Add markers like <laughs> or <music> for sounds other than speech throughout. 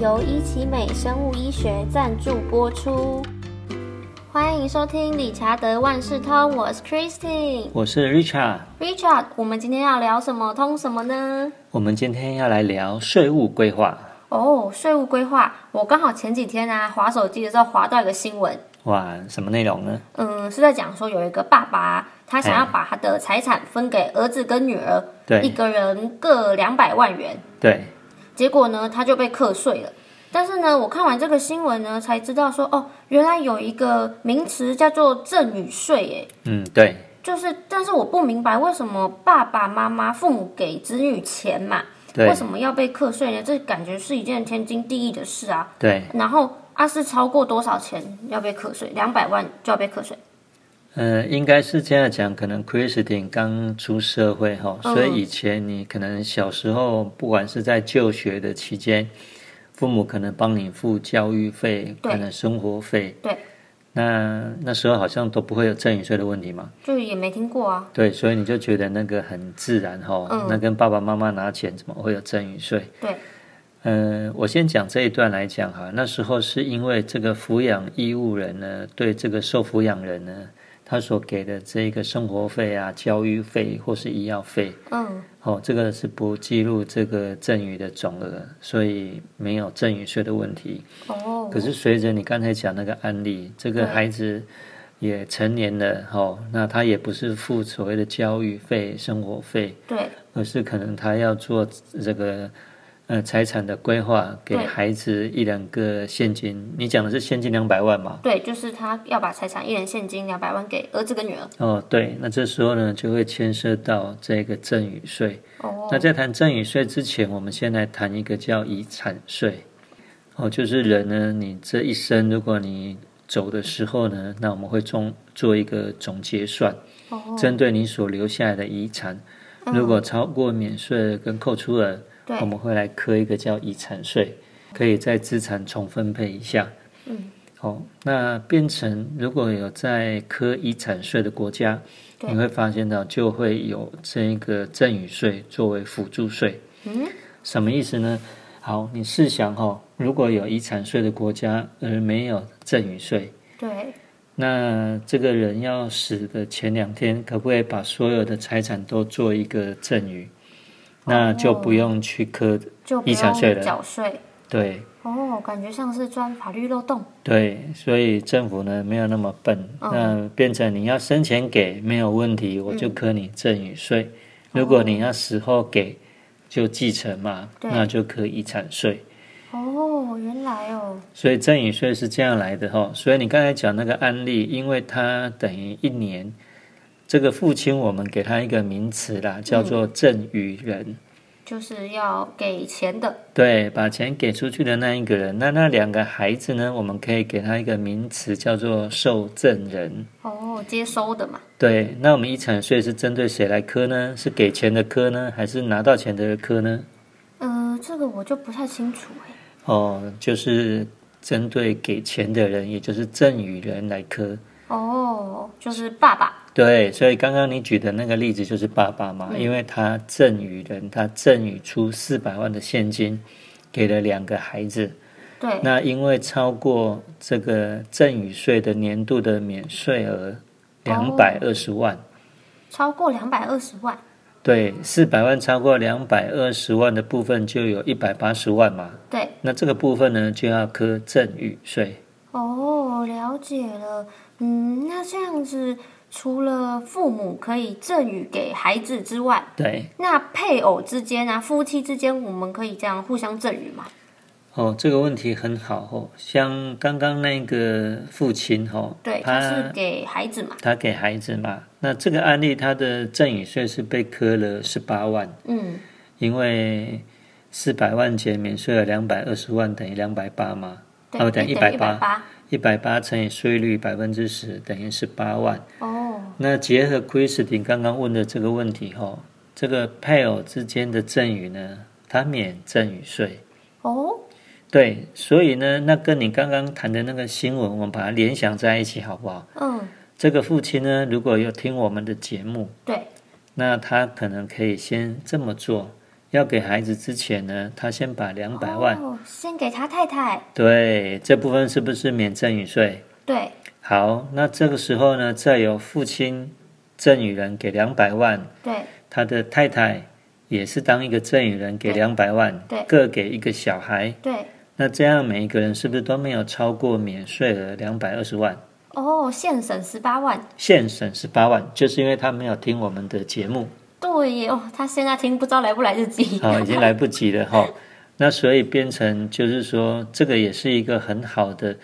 由伊奇美生物医学赞助播出。欢迎收听《理查德万事通》，我是 Christine。我是 Richard， Richard，我们今天要聊什么通什么呢？我们今天要来聊税务规划。哦，税务规划。我刚好前几天啊，划手机的时候划到一个新闻，哇，什么内容呢？嗯，是在讲说有一个爸爸，他想要哎把他的财产分给儿子跟女儿，一对个人各两百万元。对，结果呢，他就被课税了。但是呢，我看完这个新闻呢，才知道说，哦，原来有一个名词叫做赠与税，耶，嗯，对，就是，但是我不明白为什么爸爸妈妈、父母给子女钱嘛，对为，什么要被课税呢？这感觉是一件天经地义的事啊。对，然后，啊是超过多少钱要被课税？两百万就要被课税。呃，应该是这样讲，可能 Christine 刚出社会哈、哦所以以前你可能小时候，不管是在就学的期间，父母可能帮你付教育费，对可能生活费，对，那那时候好像都不会有赠与税的问题嘛，就也没听过啊。对，所以你就觉得那个很自然哈、嗯那跟爸爸妈妈拿钱怎么会有赠与税？对，嗯，我先讲这一段来讲哈。那时候是因为这个抚养义务人呢，对这个受抚养人呢，他所给的这个生活费啊、教育费或是医药费，嗯，哦，这个是不计入这个赠与的总额，所以没有赠与税的问题。哦，嗯可是随着你刚才讲那个案例，这个孩子也成年了，哦，那他也不是付所谓的教育费、生活费，对，而是可能他要做这个呃财产的规划，给对孩子一两个现金。你讲的是现金两百万嘛？对，就是他要把财产一人现金两百万给儿子跟女儿。哦，对，那这时候呢就会牵涉到这个赠与税。哦，那在谈赠与税之前，我们先来谈一个叫遗产税。哦，就是人呢，你这一生如果你走的时候呢，那我们会总做一个总结算，哦，嗯针对你所留下来的遗产，如果超过免税跟扣除额，对我们会来科一个叫遗产税，可以在资产重分配一下。嗯，好、那变成如果有在科遗产税的国家，对你会发现到就会有这一个赠与税作为辅助税。嗯，什么意思呢？好，你试想哈、哦，如果有遗产税的国家而没有赠与税，对，那这个人要死的前两天，可不可以把所有的财产都做一个赠与？那哦就不用去科就不遗产税用了缴税。对哦，感觉像是钻法律漏洞。对，所以政府呢没有那么笨，那变成你要生前给没有问题，我就科你赠与税；如果你要死后给，就继承嘛，对那就科遗产税。哦，原来哦，所以赠与税是这样来的哈、所以你刚才讲那个案例，因为他等于一年，这个父亲我们给他一个名词啦，叫做赠与人。就是要给钱的。对，把钱给出去的那一个人，那那两个孩子呢？我们可以给他一个名词，叫做受赠人。哦，接收的嘛。对，那我们遗产税是针对谁来科呢？是给钱的科呢，还是拿到钱的科呢？呃，这个我就不太清楚哎。哦，就是针对给钱的人，也就是赠与人来科。哦，就是爸爸。对，所以刚刚你举的那个例子就是爸爸嘛，因为他赠与人，他赠与出四百万的现金给了两个孩子，对，那因为超过这个赠与税的年度的免税额两百二十万，超过两百二十万。对，四百万超过两百二十万的部分就有一百八十万嘛，对，那这个部分呢就要科赠与税。哦，了解了。嗯，那这样子，除了父母可以赠与给孩子之外，对，那配偶之间啊，夫妻之间，我们可以这样互相赠与吗？哦，这个问题很好哦，像刚刚那个父亲哦，对，他是给孩子嘛。他给孩子嘛，那这个案例他的赠与税是被科了十八万，嗯，因为四百万减免税了两百二十万等于两百八嘛，对，哦等于一一百百八，八。一百八乘以税率百分之十等于十八万。哦，那结合 Christine 刚刚问的这个问题吼，这个配偶之间的赠与呢，他免赠与税。哦，对，所以呢，那跟你刚刚谈的那个新闻，我们把它联想在一起，好不好？嗯，这个父亲呢，如果有听我们的节目，对，那他可能可以先这么做，要给孩子之前呢，他先把两百万，哦，先给他太太，对这部分是不是免赠与税？对，好，那这个时候呢，再由父亲赠与人给两百万，对，他的太太也是当一个赠与人给对两百万，对各给一个小孩。对，那这样每一个人是不是都没有超过免税额两百二十万？哦，现省十八万，现省十八万，就是因为他没有听我们的 <laughs> 节目，哦对耶，哦，他现在听不知道来不来得及，好、已经来不及了哈、那所以变成就是说，这个也是一个很好的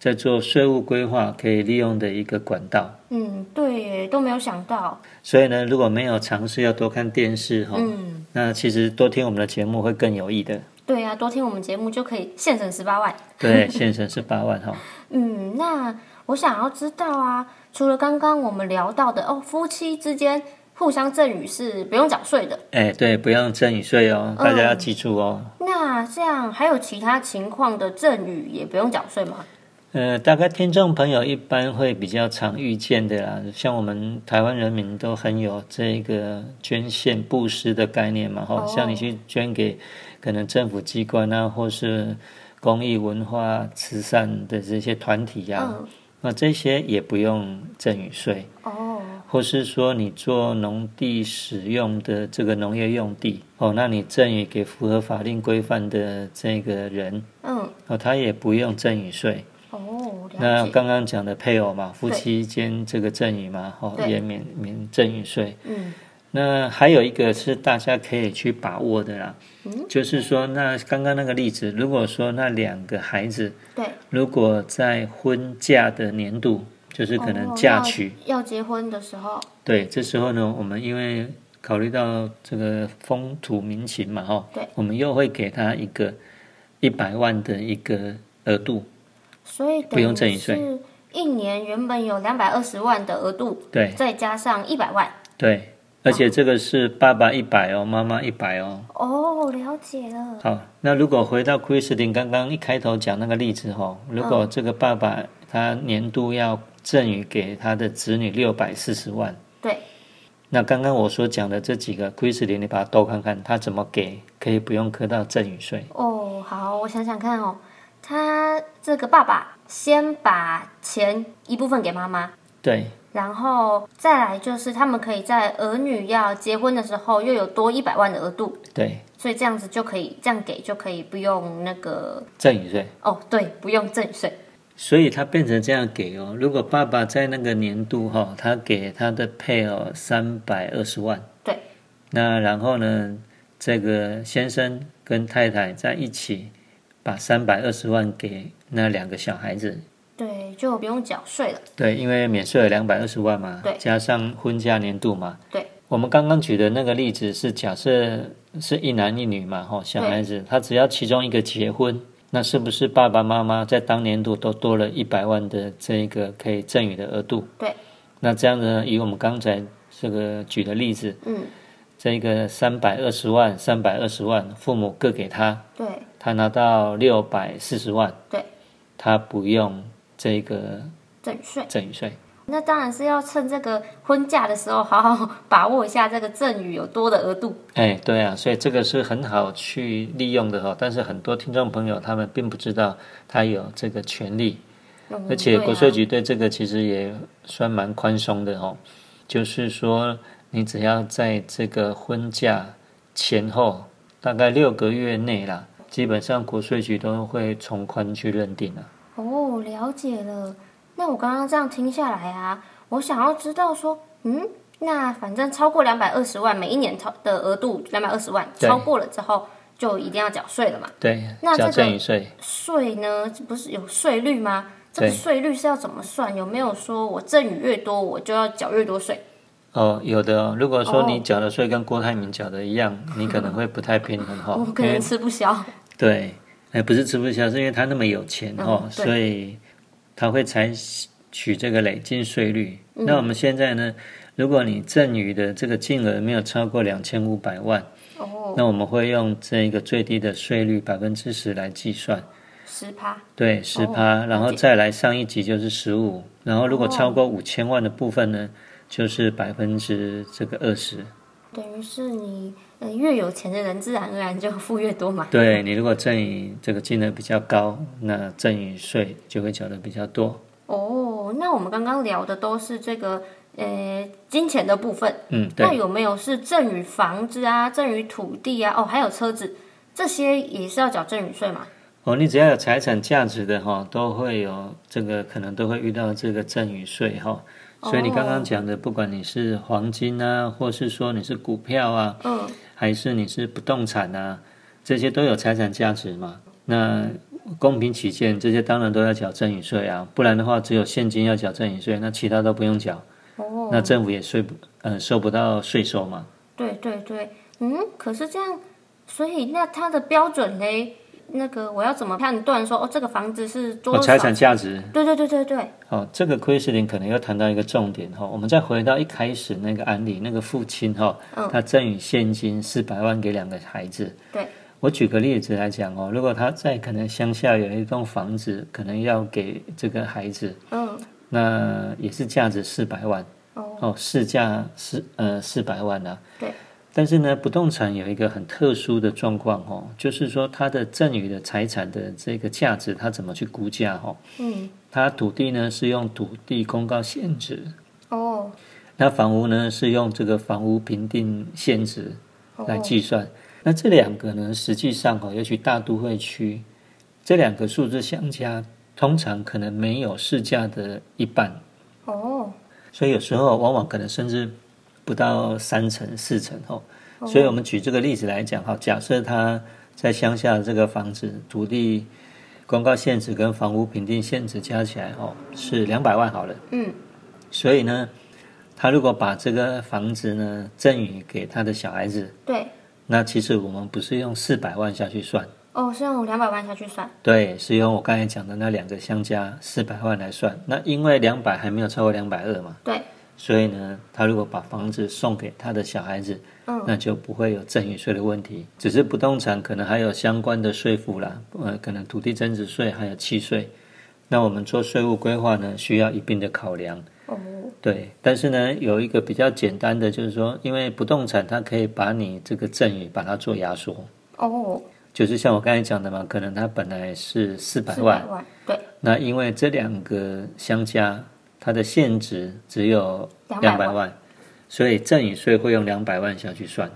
在做税务规划可以利用的一个管道。 <laughs> 嗯，对耶，都没有想到，所以呢，如果没有尝试要多看电视哈、嗯，那其实多听我们的节目会更有益的。对呀、多听我们节目就可以现省十八万。 <laughs> 对，现成是八万哈、嗯，那我想要知道啊，除了刚刚我们聊到的哦，夫妻之间互相赠与是不用缴税的，哎，对，不用赠与税嗯哦，大家要记住哦。那这样还有其他情况的赠与也不用缴税吗？呃，大概听众朋友一般会比较常遇见的啦，像我们台湾人民都很有这个捐献布施的概念嘛，哈、哦像你去捐给可能政府机关啊，或是公益文化慈善的这些团体呀、嗯，那这些也不用赠与税。哦，或是说你做农地使用的这个农业用地哦，那你赠与给符合法令规范的这个人嗯，哦，他也不用赠与税。哦，了那解，刚刚讲的配偶嘛，夫妻间这个赠与嘛，哦，对也免免赠与税。嗯，那还有一个是大家可以去把握的啦，嗯就是说，那刚刚那个例子，如果说那两个孩子对，如果在婚嫁的年度，就是可能哦嫁要娶。要结婚的时候，对，这时候呢，我们因为考虑到这个风土民情嘛，哈，对，我们又会给他一个一百万的一个额度，所以不用赠与税等于是一年原本有两百二十万的额度，对再加上一百万，对，而且这个是爸爸一百哦，妈妈一百哦。哦，了解了，好，那如果回到 Christine 刚刚一开头讲那个例子哈、如果这个爸爸他年度要赠与给他的子女六百四十万，对，那刚刚我所讲的这几个 Christine，你把它都看看，他怎么给，可以不用磕到赠与税。哦，好，我想想看哦，他这个爸爸先把钱一部分给妈妈，对，然后再来就是他们可以在儿女要结婚的时候又有多一百万的额度，对。所以这样子就可以这样给就可以不用那个赠与税，哦，对，不用赠与税，所以他变成这样给哦。如果爸爸在那个年度哈、他给他的配偶三百二十万，对，那然后呢，这个先生跟太太在一起把三百二十万给那两个小孩子，对，就不用缴税了，对，因为免税额两百二十万嘛对，加上婚嫁年度嘛，对，我们刚刚举的那个例子是假设是一男一女嘛，哈、小孩子他只要其中一个结婚，那是不是爸爸妈妈在当年度都多了一百万的这一个可以赠与的额度？对，那这样呢，以我们刚才这个举的例子，嗯，这个三百二十万、三百二十万，父母各给他，对，他拿到六百四十万，对，他不用这个赠与税。赠与税。那当然是要趁这个婚嫁的时候，好好把握一下这个赠与有多的额度。哎，对啊，所以这个是很好去利用的哈、哦但是很多听众朋友他们并不知道他有这个权利，嗯而且对啊国税局对这个其实也算蛮宽松的哈、哦就是说你只要在这个婚假前后大概六个月内啦，基本上国税局都会从宽去认定啊。哦，了解了。那我刚刚这样听下来啊，我想要知道说，嗯，那反正超过两百二十万，每一年超的额度两百二十万，对超过了之后就一定要缴税了嘛？对，那叫这个赠与税。税呢，这不是有税率吗？啊这个对税率是要怎么算？有没有说我赠与越多，我就要缴越多税？哦，有的哦。如果说哦你缴的税跟郭台铭缴的一样，你可能会不太平衡哈、哦哦我可因为能吃不消。对，哎，不是吃不消，是因为他那么有钱嗯哦，对所以他会采取这个累进税率。嗯那我们现在呢，如果你赠与的这个金额没有超过两千五百万，哦，那我们会用这个最低的税率百分之十来计算，十趴。对，十趴、哦然后了解哦再来上一级就是十五，然后如果超过五千万的部分呢，就是百分之这个二十。等于是你，嗯、呃，越有钱的人自然而然就付越多嘛。对你如果赠与这个金额比较高，那赠与税就会缴的比较多。哦，那我们刚刚聊的都是这个呃金钱的部分，嗯，对那。有没有是赠与房子啊、赠与土地啊？哦，还有车子，这些也是要缴赠与税嘛？哦，你只要有财产价值的哈，都会有这个可能都会遇到这个赠与税哈。所以你刚刚讲哦的，不管你是黄金啊，或是说你是股票啊，嗯，还是你是不动产啊，这些都有财产价值嘛。那公平起见，这些当然都要缴赠与税啊，不然的话，只有现金要缴赠与税，那其他都不用缴，哦，那政府也税不呃收不到税收嘛。对对对，嗯，可是这样，所以那它的标准嘞，那个我要怎么判断说哦，这个房子是多哦，少？财产价值对对对对对，哦，这个 Christine 可能又谈到一个重点哈、哦，我们再回到一开始那个案例，那个父亲哈、哦，嗯他赠与现金四百万给两个孩子。对，我举个例子来讲哦，如果他在可能乡下有一栋房子，可能要给这个孩子，嗯，那也是价值四百万哦，哦，市价四呃四百万啊。对。但是呢，不动产有一个很特殊的状况哦，就是说它的赠与的财产的这个价值，它怎么去估价哦？嗯，它土地呢是用土地公告限值，哦，那房屋呢是用这个房屋评定限值来计算。那这两个呢，实际上哦，尤其大都会区，这两个数字相加，通常可能没有市价的一半，哦，所以有时候往往可能甚至不到三成、四成哦。所以我们举这个例子来讲哈，假设他在乡下的这个房子土地公告限值跟房屋评定限值加起来哦是两百万好了。嗯，所以呢，他如果把这个房子呢赠与给他的小孩子，对，那其实我们不是用四百万下去算，哦，是用两百万下去算，对，是用我刚才讲的那两个相加四百万来算。那因为两百还没有超过两百二嘛，对，所以呢，他如果把房子送给他的小孩子，那就不会有赠与税的问题。只是不动产可能还有相关的税负啦，呃，可能土地增值税还有契税。那我们做税务规划呢，需要一并的考量。哦，对，但是呢，有一个比较简单的，就是说，因为不动产它可以把你这个赠与把它做压缩，哦，就是像我刚才讲的嘛，可能它本来是四百四万，百万，对，那因为这两个相加，它的现值只有两200百万，所以赠与税会用两百万下去算。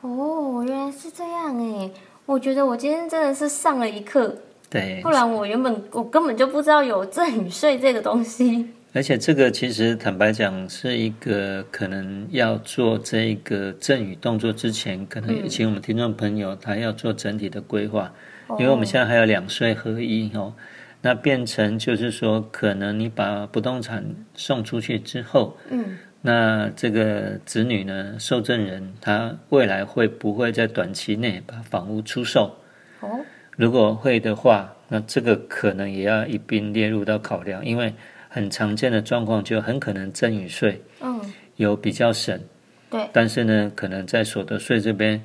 哦，原来是这样哎，我觉得我今天真的是上了一课，对不，然我原本我根本就不知道有赠与税这个东 <laughs> 西，而且这个其实坦白讲是一个可能要做这个赠与动作之前，可能也请我们听众朋友他要做整体的规划，因为我们现在还有两税合一哦，那变成就是说，可能你把不动产送出去之后，嗯，那这个子女呢，受赠人他未来会不会在短期内把房屋出售？哦，如果会的话，那这个可能也要一并列入到考量，因为很常见的状况就很可能赠与税嗯，有比较省，对，但是呢，可能在所得税这边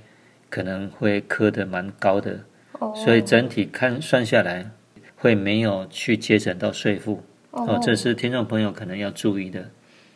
可能会磕得蛮高的，哦，所以整体看算下来会没有去节省到税负。哦，这是听众朋友可能要注意的。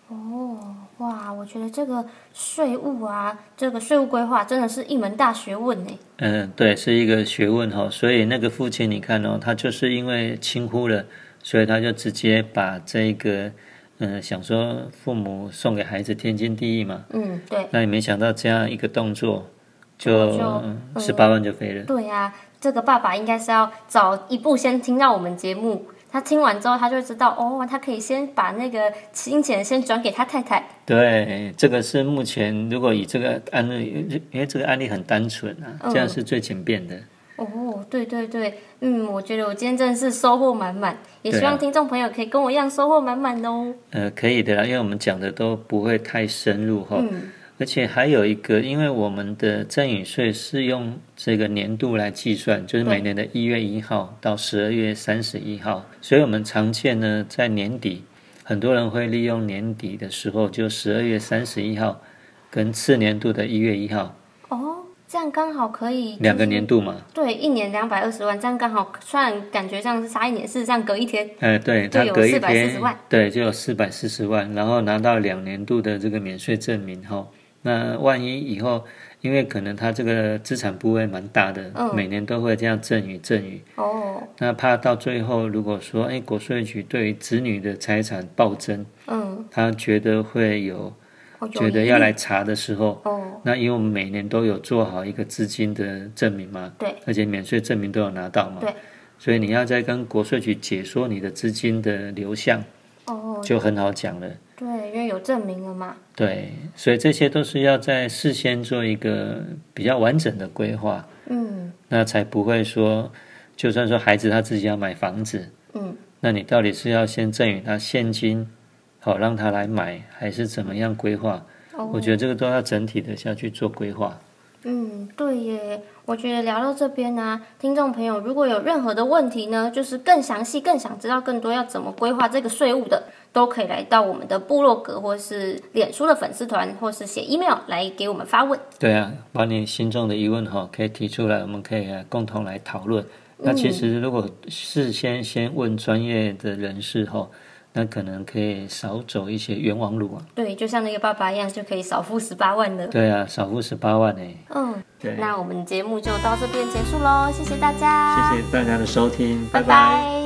哦，哇，我觉得这个税务啊，这个税务规划真的是一门大学问呢。嗯，对，是一个学问哈、所以那个父亲，你看哦，他就是因为轻忽了，所以他就直接把这个，嗯、想说父母送给孩子天经地义嘛，嗯，对，那也没想到这样一个动作，就就十八万就飞了。对呀、这个爸爸应该是要早一步先听到我们节目，他听完之后他就会知道，哦，他可以先把那个金钱先转给他太太。对，这个是目前如果以这个案例，因为这个案例很单纯啊，这样是最简便的。哦，对对对，嗯，我觉得我今天真的是收获满满，也对啊希望听众朋友可以跟我一样收获满满哦。呃，可以的啦，因为我们讲的都不会太深入哈、嗯而且还有一个，因为我们的赠与税是用这个年度来计算，就是每年的一月一号到十二月三十一号，所以我们常见呢在年底，很多人会利用年底的时候，就十二月三十一号跟次年度的一月一号哦，这样刚好可以两个年度嘛，对，一年两百二十万，这样刚好，虽然感觉像是差一年，事实上隔一天。呃，对，就他有隔一440天万，对，就有四百四十万，然后拿到两年度的这个免税证明后，那万一以后因为可能他这个资产部位蛮大的，嗯每年都会这样赠与赠与，哦，那怕到最后如果说，哎，国税局对于子女的财产暴增，嗯，他觉得会有哦有觉得疑要虑来查的时候，哦，那因为我们每年都有做好一个资金的证明嘛，对，而且免税证明都有拿到嘛，对，所以你要再跟国税局解说你的资金的流向，哦，就很好讲了。对，因为有证明了嘛，对，所以这些都是要在事先做一个比较完整的规划，嗯那才不会说，就算说孩子他自己要买房子，嗯，那你到底是要先赠予他现金，好让他来买，还是怎么样规划？哦我觉得这个都要整体的下去做规划。嗯，对耶，我觉得聊到这边呢、听众朋友如果有任何的问题呢，就是更详细、更想知道更多要怎么规划这个税务的，都可以来到我们的部落格或是脸书的粉丝团，或是写 email 来给我们发问。对啊，把你心中的疑问哈、可以提出来，我们可以呃共同来讨论。那其实如果事先先问专业的人士哈、那可能可以少走一些冤枉路啊。对，就像那个爸爸一样，就可以少付十八万了。对啊，少付十八万呢、嗯，对那我们节目就到这边结束喽，谢谢大家，谢谢大家的收听，拜拜拜拜